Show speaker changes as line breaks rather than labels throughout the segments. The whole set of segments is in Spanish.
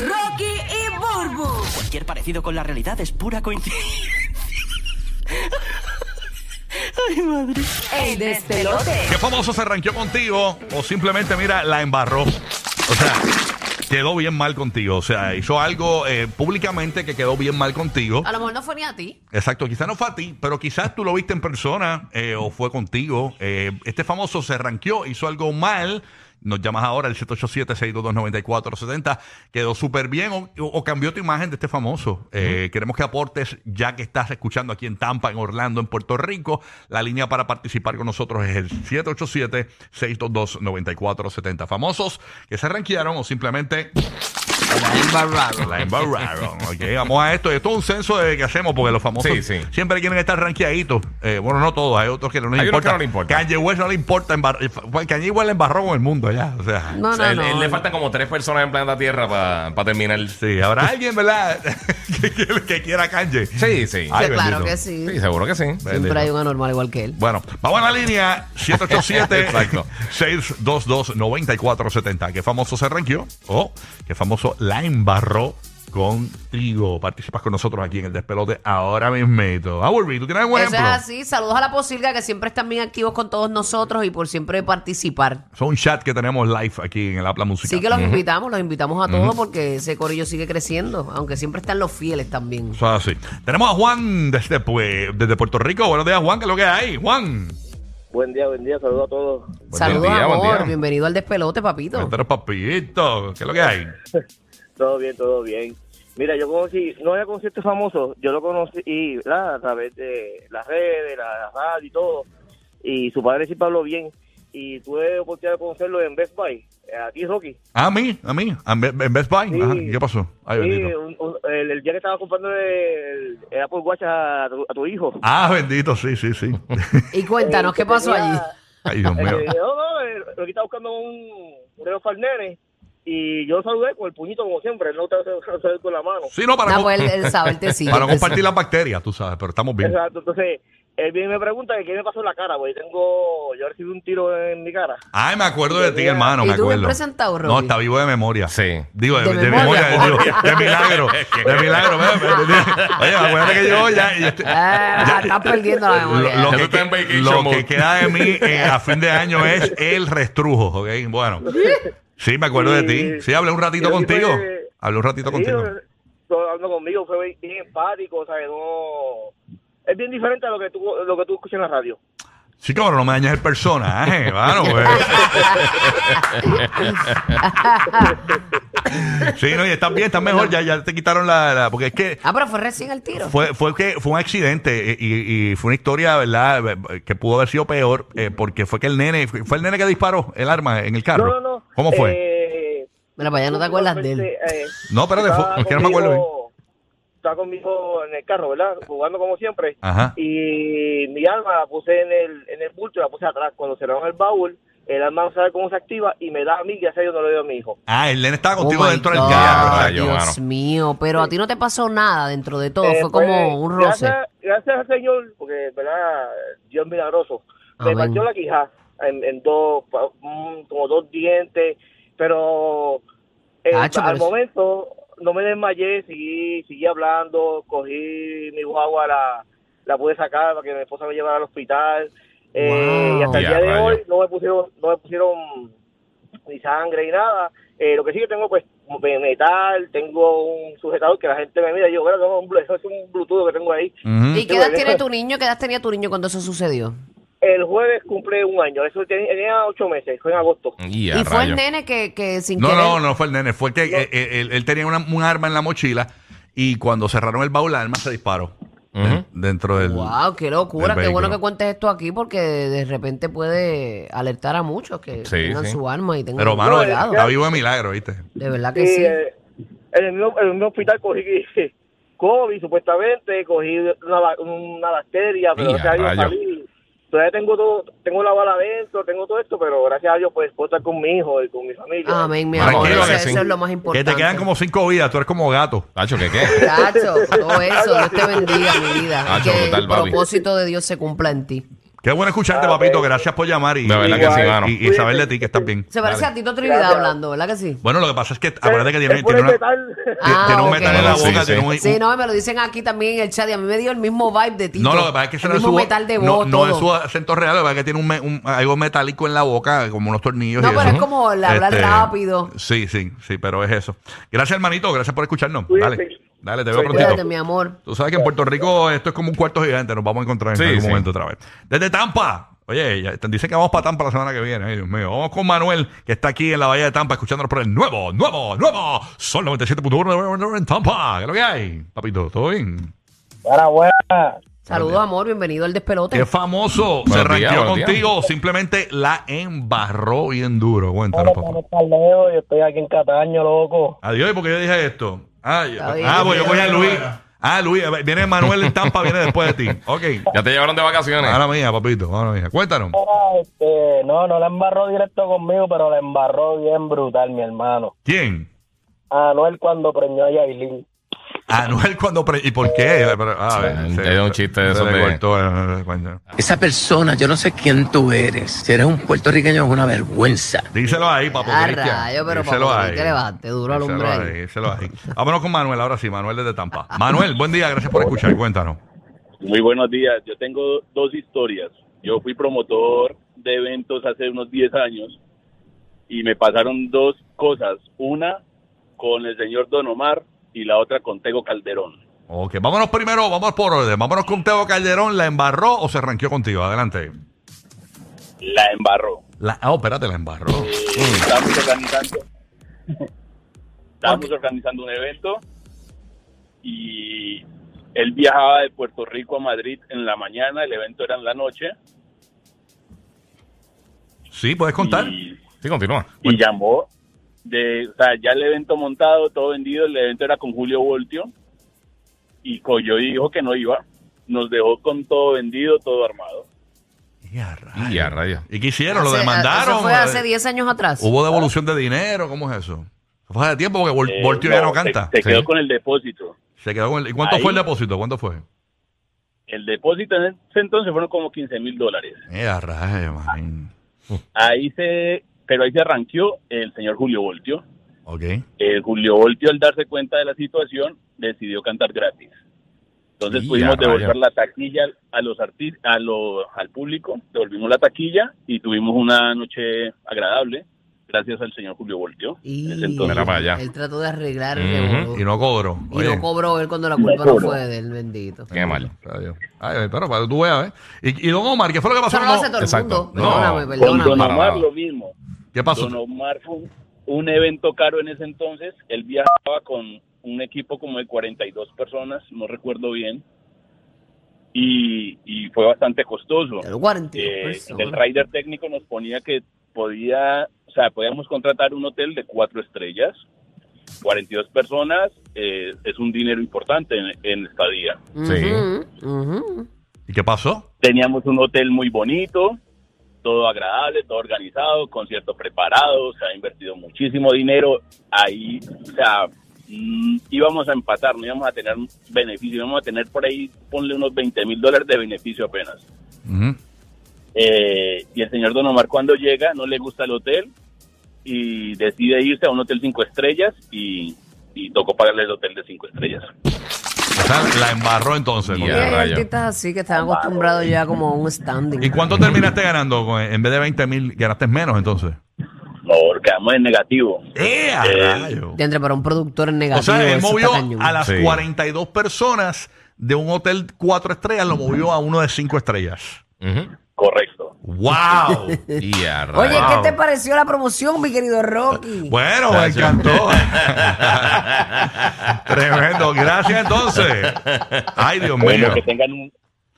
Rocky y Burbu.
Cualquier parecido con la realidad es pura coincidencia. Ay, madre.
El despelote.
¿Qué famoso se ranqueó contigo o simplemente, mira, la embarró? O sea, quedó bien mal contigo. O sea, hizo algo eh, públicamente que quedó bien mal contigo.
A lo mejor no fue ni a ti.
Exacto, quizás no fue a ti, pero quizás tú lo viste en persona eh, o fue contigo. Eh, este famoso se ranqueó, hizo algo mal. Nos llamas ahora al 787-622-9470. Quedó súper bien o, o cambió tu imagen de este famoso. Eh, Queremos que aportes, ya que estás escuchando aquí en Tampa, en Orlando, en Puerto Rico. La línea para participar con nosotros es el 787-622-9470. Famosos que se ranquearon o simplemente la embarraron. ok. vamos a esto. Esto es un censo de que hacemos porque los famosos
Sí, sí.
siempre quieren estar ranqueaditos. Eh, bueno, no todos, hay otros que no les
Hay unos
importa.
que no le importa.
Kanye West no le importa. embar- eh, Kanye West le embarró con el mundo ya. O sea,
No,
O sea,
no,
él-
no.
él le faltan como tres personas en planeta Tierra para terminar.
sí, habrá alguien, ¿verdad? que, que- que quiera a Kanye.
Pues Sí, sí.
Ay,
Sí, claro
bendito.
que sí.
Sí, seguro que sí.
Siempre hay un anormal igual que él.
Bueno, vamos a la línea 787
Exacto.
622 9470. ¿Qué famoso se ranqueó? O qué famoso la embarró contigo. Participas con nosotros aquí en el despelote ahora mismo. Ah, Burby, tú tienes un buen
Eso es
ejemplo.
así. Saludos a la posilga que siempre están bien activos con todos nosotros y por siempre participar.
Son un chat que tenemos live aquí en el Apla Musical.
Sí que los invitamos, los invitamos a todos porque ese corillo sigue creciendo, aunque siempre están los fieles también.
Eso es así. Tenemos a Juan desde, pues, desde Puerto Rico. Buenos días, Juan. ¿Qué es lo que hay? Juan.
Buen día, buen día, saludos a todos.
Buen
Saludos,
día, buen
amor.
día.
Bienvenido al despelote, papito.
Cuéntanos, papito. ¿Qué es lo que hay?
Todo bien, todo bien. Mira, yo conocí, no era conocido este famoso, yo lo conocí ¿verdad? a través de las redes, la, la radio y todo. Y su padre siempre habló bien. Y tuve oportunidad de conocerlo en Best Buy, eh, a ti, Rocky.
A mí, a mí. A Be- En Best Buy.
Sí.
Ajá, ¿Qué pasó? Ay,
Sí,
bendito.
un- un- el, el día que estaba comprando el, el Apple Watch a tu, a tu hijo.
Ah, bendito. Sí, sí, sí.
Y cuéntanos,
Eh,
¿qué
que
pasó
tenía-
allí?
Ay, Dios mío.
Eh, no, no, eh, lo que estaba buscando un reloj para el nene. Y yo lo saludé con el puñito, como siempre. No te saludé con la mano.
Sí, no, para,
Nah,
com-
pues él, él sabe, él te sigue,
para
él te sigue.
compartir las bacterias, tú sabes, pero estamos bien.
Exacto, entonces él viene y me pregunta que qué me pasó en la cara, porque tengo, yo recibí un tiro en mi cara.
Ay, me acuerdo de ti,
¿Y
hermano,
tú
me
me has
acuerdo.
presentado, Rocky?
no, está vivo de memoria.
Sí.
Digo, de,
De
de memoria,
memoria.
digo, de milagro. De milagro. ve, ve, ve. Oye, acuérdate que yo ya... ya estoy-
Ah, estás perdiendo la
Lo,
memoria.
lo
Ya tú
que,
estás en vacation
lo
mode.
que queda de mí eh, a fin de año es el restrujo, ¿ok? Bueno. Sí, me acuerdo de ti. Sí, hablé un ratito
Y lo que
contigo.
fue-
Hablé un ratito
Sí,
contigo.
yo- todo hablando conmigo, fue bien- bien empático, o sea, que no... Es bien diferente a lo que tú, lo que tú escuchas en la radio.
Sí, cabrón, no me dañes el personaje, mano, pues. Sí, no, y estás bien, estás mejor, ya, ya te quitaron la, la- Porque es que
Ah, pero fue recién el tiro.
fue, fue que fue un accidente y, y- y fue una historia, ¿verdad? Que pudo haber sido peor eh, porque fue que el nene, fue el nene que disparó el arma en el carro.
No, no, no.
¿Cómo fue?
Eh,
Mira, para allá no te acuerdas de él.
eh,
No, espérate,
estaba
fue- es que no me acuerdo
conmigo- Estaba conmigo en el carro, ¿verdad? Jugando como siempre.
Ajá.
Y mi arma la puse en el, en el bulto, la puse atrás. Cuando cerraron el baúl, el arma no sabe cómo se activa y me da a mí, que yo no le doy a mi hijo.
Ah, el nene estaba
Oh
contigo
my
dentro del
God,
carro.
rayo,
Dios
mano.
mío, pero a ti no te pasó nada dentro de todo,
Eh,
fue
pues,
como un roce.
Gracias, gracias al Señor, porque, ¿verdad? Dios es milagroso. Me
Amén.
partió la quijada en, en dos, pa- mm, como dos dientes, pero eh,
Cacho,
al
Ah, pero es-
momento no me desmayé, seguí, seguí hablando, cogí mi guagua, la, la pude sacar para que mi esposa me llevara al hospital. Eh,
Wow.
Y hasta el
Ya,
día de
rayo.
hoy no me pusieron, no me pusieron ni sangre ni nada. Eh, lo que sí que tengo, pues, como de metal, tengo un sujetador que la gente me mira y yo, bueno, no, un blu- eso es un Bluetooth que tengo ahí.
Ujú.
¿Y qué edad tiene tu niño? ¿Qué edad tenía tu niño cuando eso sucedió?
El jueves cumple un año, eso tenía, tenía ocho meses, fue en agosto.
Y,
y fue el nene que, que sin
No,
querer...
no, no fue el nene. Fue el que eh, eh, él, él tenía una- un arma en la mochila y cuando cerraron el baúl, la arma se disparó
Ujú.
dentro del.
Wow, qué locura,
del
qué bueno
vehículo.
que cuentes esto aquí porque de repente puede alertar a muchos que
Sí,
tengan
sí.
su arma y tengan
Pero,
un
mano,
cuidado.
está vivo de milagro, ¿viste?
De verdad que
Sí,
sí.
eh, en, el mismo, en el mismo hospital cogí COVID, supuestamente, cogí una, ba- una bacteria, pero
Ya,
gracias a Dios
rayos.
salí. Todavía tengo todo, tengo la bala adentro, tengo todo esto, pero gracias a Dios pues puedo estar con mi hijo y con mi familia.
Amén, mi
Tranquilo
amor. Eso,
que
eso
sí.
es lo más
Que
importante.
te quedan como cinco vidas, tú eres como gato.
Tacho, ¿qué qué?
Chacho, todo eso, Dios te bendiga, mi vida.
Chacho,
que
brutal,
el
papi.
propósito de Dios se cumpla en ti.
Qué bueno escucharte, papito. Gracias por llamar y,
De verdad que sí, mano.
y- y saber de ti que estás bien.
Se parece
Dale.
a Tito Trinidad
Gracias.
hablando, ¿verdad que sí?
Bueno, lo que pasa es que acuérdate que tiene, tiene,
este
una- tiene
Ah,
un
ok.
metal en la
Sí,
boca.
sí.
tiene un-
Sí, no, me lo dicen aquí también en el chat y a mí me dio el mismo vibe de Tito.
No, lo que pasa es que
el
ese no es
mismo
su,
metal de voz,
no, no es
todo.
su acento real, lo que pasa es que tiene un, me- un- algo metálico en la boca, como unos tornillos.
No,
y
pero
eso. Este,
es como el hablar rápido.
Sí, sí, sí, pero es eso. Gracias, hermanito, gracias por escucharnos.
Cuídate.
Dale, dale, te veo
Cuídate,
prontito.
Cuídate, mi amor.
Tú sabes que en Puerto Rico esto es como un cuarto gigante, nos vamos a encontrar en
Sí,
algún
sí.
momento otra vez. Desde Tampa. Oye, ya te- dicen que vamos para Tampa la semana que viene. Ay, Dios mío. Vamos con Manuel, que está aquí en la Bahía de Tampa, escuchándonos por el nuevo, nuevo, nuevo Sol 97.1 en Tampa. ¿Qué es lo que hay? Papito, ¿todo bien?
Buena, buena.
Saludos, amor. Bienvenido al despelote.
Qué famoso.
Buenos
Se
días,
ranqueó
buenos días.
contigo. Simplemente la embarró bien duro. Cuéntanos, papá.
Leo, yo estoy aquí en Cataño, loco.
Adiós, ¿y por qué yo dije esto? Ah, yo-
Está bien.
ah, pues yo voy a Luis. Ah, Luis, viene Manuel en Tampa, viene después de ti. Ok.
Ya te llevaron de vacaciones.
Ahora mía, papito, ahora mía. Cuéntanos.
Era, este, no, no la embarró directo conmigo, pero la embarró bien brutal, mi hermano.
¿Quién?
Anuel cuando preñó a Yailin.
Anuel cuando... pre- ¿Y por qué? Pero, ah, a ver,
Sí,
se-
hay un chiste de
se
esos
le
de- Ah,
cortó, eh, eh, coño.
Esa persona, yo no sé quién tú eres. Si eres un puertorriqueño, es una vergüenza.
Díselo ahí, papo
Ah,
Cristian.
rayo, pero
Díselo
papo,
ahí.
que levante duro al
Díselo
hombre
ahí,
ahí.
díselo ahí. Vámonos con Manuel, ahora sí, Manuel desde Tampa. Manuel, buen día, gracias por escuchar, cuéntanos.
Muy buenos días. Yo tengo dos historias. Yo fui promotor de eventos hace unos 10 años y me pasaron dos cosas. Una con el señor Don Omar y la otra con Tego Calderón.
Ok, vámonos primero, vámonos por orden. Vámonos con Teo Calderón, ¿la embarró o se ranqueó contigo? Adelante.
La embarró.
La, ah, espérate, la embarró.
Estábamos organizando, estábamos organizando un evento y él viajaba de Puerto Rico a Madrid en la mañana, el evento era en la noche.
Sí, puedes contar.
Y
Sí, continúa.
y llamó de o sea ya el evento montado todo vendido el evento era con Julio Voltio y Coyo dijo que no iba nos dejó con todo vendido todo armado
Y, a rayos.
Y a rayos.
¿Y qué hicieron? ¿Lo
Hace-
demandaron?
Eso fue hace 10 años atrás.
¿Hubo devolución de dinero? ¿Cómo es eso? Eso Fue hace tiempo porque Vol-
Eh,
Voltio ya no
no, se-
canta.
se,
Sí.
quedó con el depósito
Se quedó con el- ¿Y cuánto
Ahí.
fue el depósito? ¿Cuánto fue?
el depósito en ese entonces fueron como 15 mil dólares
Mira, rayo, man.
ahí se pero ahí se arranqueó el señor Julio Voltio
Ok.
el Eh, Julio Voltio al darse cuenta de la situación decidió cantar gratis entonces
Y a
pudimos
rayos.
devolver la taquilla a los arti- a lo- al público devolvimos la taquilla y tuvimos una noche agradable gracias al señor Julio Voltio en ese
Y
entonces.
Mira para allá.
él trató de arreglar
Ujú.
el
Y no cobro.
Y
Oye.
lo cobró él cuando la culpa no fue de él, bendito.
Qué mal.
Rayo. Ay, pero para que tú veas, ¿eh? Y, y Don Omar, ¿qué fue lo que pasó?
Eso no
con
lo hace todo el
exacto.
mundo.
No.
Perdóname,
con Don
perdóname.
Para
Omar
nada.
lo mismo
¿Qué pasó?
Don Omar fue un, un evento caro en ese entonces él viajaba con un equipo como de 42 personas no recuerdo bien y, y fue bastante costoso
El 42
eh,
personas.
el rider técnico nos ponía que podía, o sea, podíamos contratar un hotel de cuatro estrellas, 42 personas, eh, es un dinero importante en, en estadía.
Ujú, ujú.
¿Y qué pasó?
Teníamos un hotel muy bonito, todo agradable, todo organizado, conciertos preparados, se ha invertido muchísimo dinero ahí, o sea, mm, íbamos a empatar, no íbamos a tener beneficio, íbamos a tener por ahí, ponle unos 20 mil dólares de beneficio apenas.
Ujú.
Eh, y el señor Don Omar cuando llega no le gusta el hotel y decide irse a un hotel cinco estrellas y, y tocó pagarle el hotel de cinco estrellas.
O sea, la embarró entonces.
Y
Y
a
con-
hay
rayos.
artistas así que están acostumbrados ya como a un standing.
¿Y cuánto terminaste ganando? con- En vez de 20 mil, ganaste menos entonces.
No, quedamos en negativo.
¡Eh, a
Eh,
rayo!
De entre para un productor en negativo.
O sea, él
eso
movió
está cañón.
a las
Sí.
42 personas de un hotel cuatro estrellas, lo movió a uno de cinco estrellas.
Ujú.
Correcto.
¡Wow!
Y a rayos.
Oye,
Wow. Eh,
¿qué te pareció la promoción, mi querido Rocky?
Bueno, me
Gracias.
encantó. Tremendo, gracias entonces. Ay, Dios mío.
Bueno, que tengan un,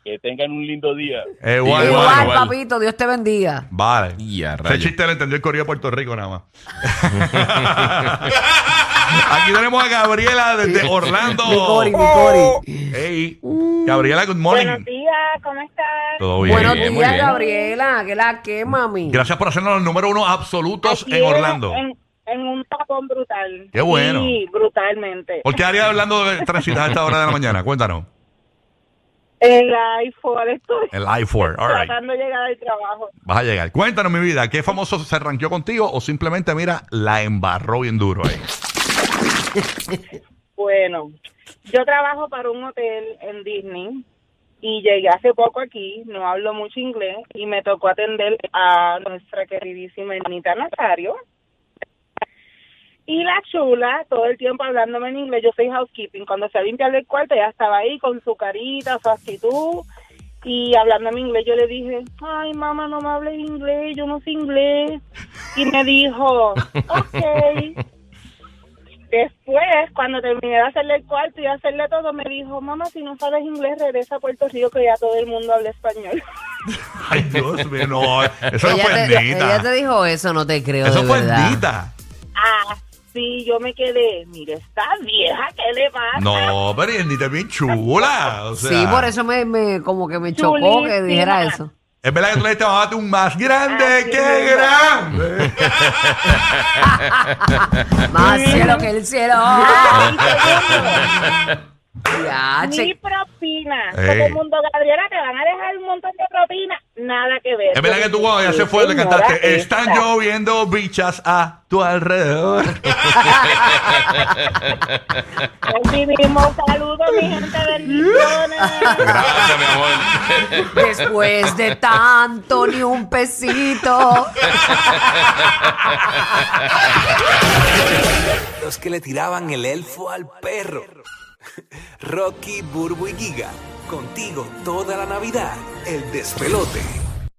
que tengan un lindo día.
Eh,
Igual,
guay,
Igual,
guay.
igual.
papito, Dios te bendiga.
Vale.
Y a
Ese
rayos.
chiste lo entendió el correo de Puerto Rico nada más. Aquí tenemos a Gabriela desde Orlando.
Vicori, Vicori.
Hey, Gabriela, good morning.
Buenos días, ¿cómo estás?
Todo bien.
Buenos
bien, muy
días,
bien.
Gabriela. Que la que, mami.
Gracias por hacernos los número uno absolutos
Aquí
en Orlando.
En, en un tapón brutal.
Qué bueno.
Sí, brutalmente.
¿Por qué área hablando de transitar a esta hora de la mañana? Cuéntanos.
En la iPhone estoy
El I4, all right.
tratando de llegar al trabajo.
Vas a llegar. Cuéntanos, mi vida, ¿qué famoso se ranqueó contigo o simplemente, mira, la embarró bien duro ahí?
Bueno, yo trabajo para un hotel en Disney y llegué hace poco aquí, no hablo mucho inglés y me tocó atender a nuestra queridísima Anita Nazario. Y la chula, todo el tiempo hablándome en inglés, yo soy housekeeping, cuando se limpia el cuarto ya estaba ahí con su carita, su actitud y hablándome en inglés yo le dije, ay mamá no me hables inglés, yo no sé inglés. Y me dijo, ok. Después, cuando terminé de hacerle el cuarto y de hacerle todo, me dijo, mamá, si no sabes inglés, regresa a Puerto Rico, que ya todo el mundo habla español.
Ay, Dios mío, no. Eso no
ella,
fue
te, ella te
Nita.
dijo eso, no te creo.
Eso
de
fue
verdad.
Nita.
Ah, sí, yo me quedé, mire, está vieja, ¿qué le pasa?
No, pero y Nita es bien chula. o sea.
sí, por eso me, me- como que me chocó que
Chulísima.
dijera eso.
Es verdad que tú le dijiste, mamá, tú más grande
Así
que
mismo.
grande.
Más cielo que el cielo.
Ay, qué
Ya,
bueno. Ni
Ah. che.
propina.
Ey.
Todo el mundo, Gabriela, te van a dejar un montón de propina. Nada que ver.
Es verdad que tú cuando ya se fue, le
Señora
cantaste,
esta.
están lloviendo bichas a tu alrededor.
Así mismo, saludos, mi gente bendiciones.
Gracias, mi amor.
Después de tanto, ni un pesito.
Los que le tiraban el elfo al perro. Rocky, Burbu y Giga. Contigo toda la Navidad. El despelote.